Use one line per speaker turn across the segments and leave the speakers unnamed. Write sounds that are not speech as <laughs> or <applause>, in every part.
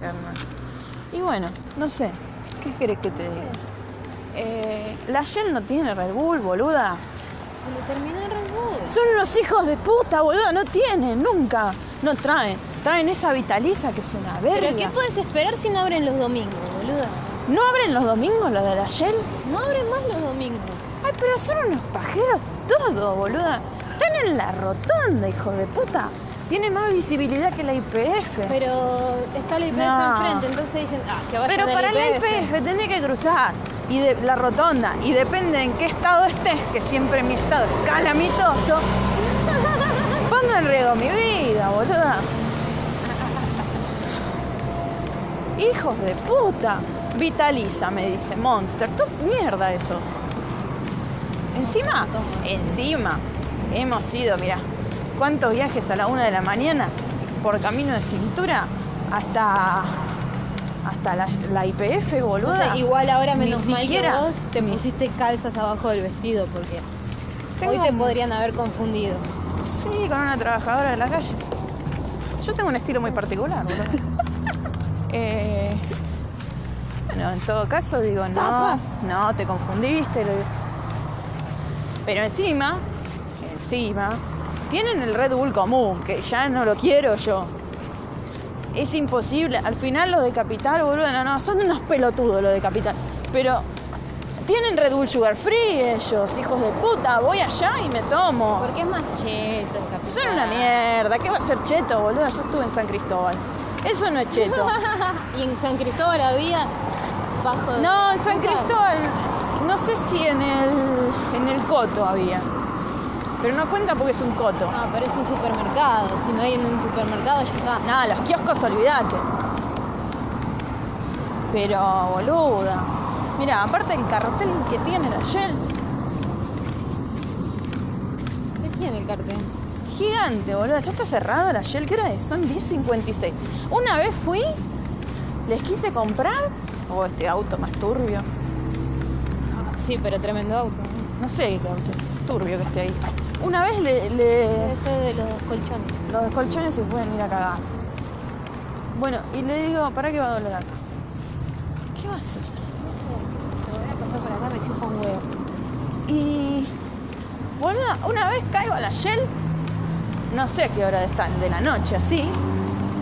Germán. Y bueno, no sé, ¿qué querés que te diga? Eh, la Shell no tiene Red Bull, boluda.
Se le terminó el Red Bull.
Son unos hijos de puta, boludo. No tienen, nunca. No traen. Traen esa vitaliza que es una verga.
¿Pero qué puedes esperar si no abren los domingos, boluda?
¿No abren los domingos los de la Shell?
No abren más los domingos.
Ay, pero son unos pajeros todos, boluda. Están en la rotonda, hijos de puta. Tiene más visibilidad que la IPF.
Pero está la IPF
No.
enfrente, entonces dicen, ah, que vayan
Pero
del
para la
IPF.
IPF tenés que cruzar y de, la rotonda y depende en qué estado estés, que siempre mi estado es calamitoso, pongo en riesgo mi vida, boluda. Hijos de puta. Vitaliza, me dice Monster. Tú mierda eso. Encima, encima, hemos ido, mirá, cuántos viajes a la una de la mañana por camino de cintura hasta hasta la, la IPF,
O
boluda.
sea, igual ahora
Ni
menos mal que
siquiera
vos te
me-
pusiste calzas abajo del vestido porque
Tengo
hoy te
un-
podrían haber confundido.
Sí, con una trabajadora de la calle. Yo tengo un estilo muy particular, boluda. Eh, bueno, en todo caso digo, no,
Tapa.
no, te confundiste. le digo. Pero encima, encima, tienen el Red Bull común, que ya no lo quiero yo. Es imposible. Al final los de Capital, boludo, no, no, son unos pelotudos los de Capital. Pero tienen Red Bull Sugar Free ellos, hijos de puta. Voy allá y me tomo.
Porque es más cheto el capital.
Son una <laughs> mierda. ¿Qué va a ser cheto, boludo? Yo estuve en San Cristóbal. Eso no es
<laughs>
cheto.
y en San Cristóbal había bajo
No, en San
Nunca-
Cristóbal, no sé si en el, en el coto había. Pero no cuenta porque es un coto.
Ah, pero es un supermercado. Si no hay en un supermercado, ya está.
No, los kioscos, olvídate. Pero, boluda. Mira, aparte el cartel que tiene la Shell,
¿Qué tiene el cartel?
gigante, boluda. Ya está cerrado la Shell, ¿qué hora es? Son 10.56. Una vez fui, les quise comprar. Oh, este auto más turbio.
Sí, pero tremendo auto. ¿no?
No sé qué auto, es turbio que esté ahí. Una vez le- le,
Ese de los colchones.
Los colchones se pueden ir a cagar. Bueno, y le digo, ¿para qué va a doblar acá? ¿Qué va a hacer?
Te voy a pasar por acá, me chupa un huevo.
Y. Boluda, una vez caigo a la Shell, no sé a qué hora están, de la noche así.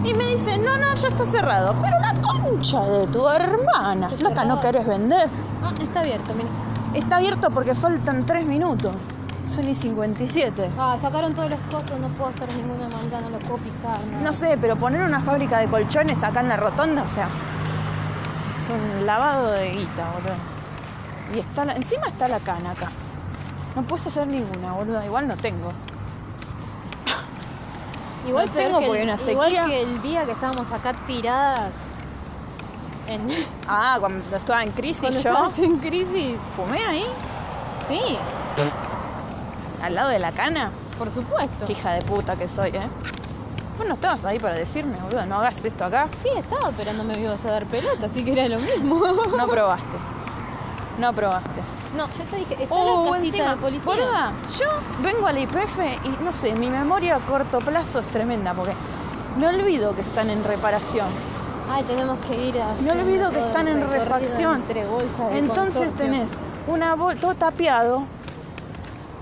Y me dice, no, no, ya está cerrado. Pero la concha de tu hermana,
Está
flaca, no
cerrado.
querés vender.
Ah, está abierto, mira.
Está abierto porque faltan 3 minutos. Son y 57.
Ah, sacaron todas las cosas, no puedo hacer ninguna maldad, no lo puedo pisar, nada.
No sé, pero poner una fábrica de colchones acá en la rotonda, o sea, es un lavado de guita, boludo. Y está la- encima está la cana acá. No puedes hacer ninguna, boludo. Igual no tengo.
Igual
No
peor
tengo
que el-
porque hay una
Igual
sequía.
que el día que estábamos acá tiradas en,
Ah, cuando estaba en crisis
cuando
yo
estábamos en crisis.
fumé ahí,
Sí,
al lado de la cana.
por supuesto.
Qué hija de puta que soy, ¿eh? Vos no estabas ahí para decirme, boludo, no hagas esto acá.
Sí, estaba, pero no me ibas a dar pelota, así que era lo mismo.
No probaste. No probaste.
No, yo te dije, está
Oh,
la casita
encima,
de policía.
boluda, yo vengo a la IPF y no sé, mi memoria a corto plazo es tremenda porque me olvido que están en reparación.
Ay, tenemos que ir a.
Me
hacer
olvido que
todo el
están en
recorrido
refacción.
Entre bolsas de
Entonces
consorcio.
tenés una bol- todo tapiado,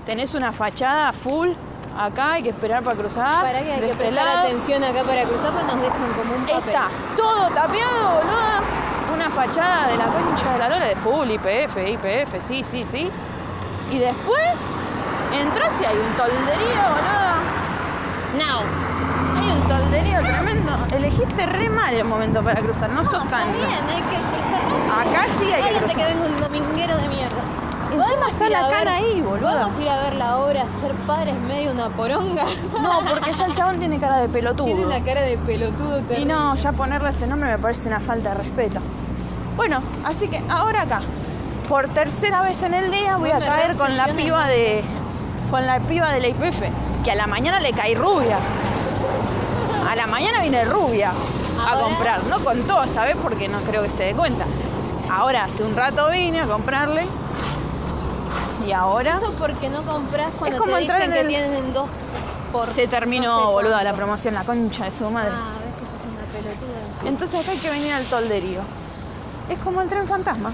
tenés una fachada full, acá hay que esperar para cruzar.
Para que hay
de
que
este
prestar
lado.
atención acá para cruzar, pues nos dejan como un papel.
Está todo tapiado, boluda. Una fachada de la concha de la lora de full, IPF, IPF, sí, sí, sí. Y después entras y hay un tolderío, boluda.
Now.
Hay un tolderío tremendo. Elegiste re mal el momento para cruzar, no, sos
Está
tan.
bien, hay que cruzar rápido.
Acá sí hay que
Cállate
cruzar.
que vengo un dominguero de mierda.
Encima
¿Podemos
está
ir
la
a ver-
cana ahí, boluda.
¿Podemos ir a ver la obra Ser Padres medio una poronga? <laughs>
No, porque ya el chabón tiene cara de pelotudo.
Tiene una cara de pelotudo terrible.
Y no, ya ponerle ese nombre me parece una falta de respeto. Bueno, así que ahora acá, por tercera vez en el día voy
Vos
a
me
caer con la
reobsesionas,
piba de. con la piba de la IPF, que a la mañana le cae rubia. A la mañana viene rubia a
Ahora-
comprar, no con todo, ¿sabes? Porque no creo que se dé cuenta. Ahora hace un rato vine a comprarle. Y ahora
Eso porque no compras cuando
como
te
entrar
dicen
en
que
el-
tienen dos por
se terminó,
no sé
boluda, la
cuánto.
promoción, la concha de su madre.
Ah, ves que sos una pelotuda.
Entonces acá hay que venir al tolderío. Es como el tren fantasma.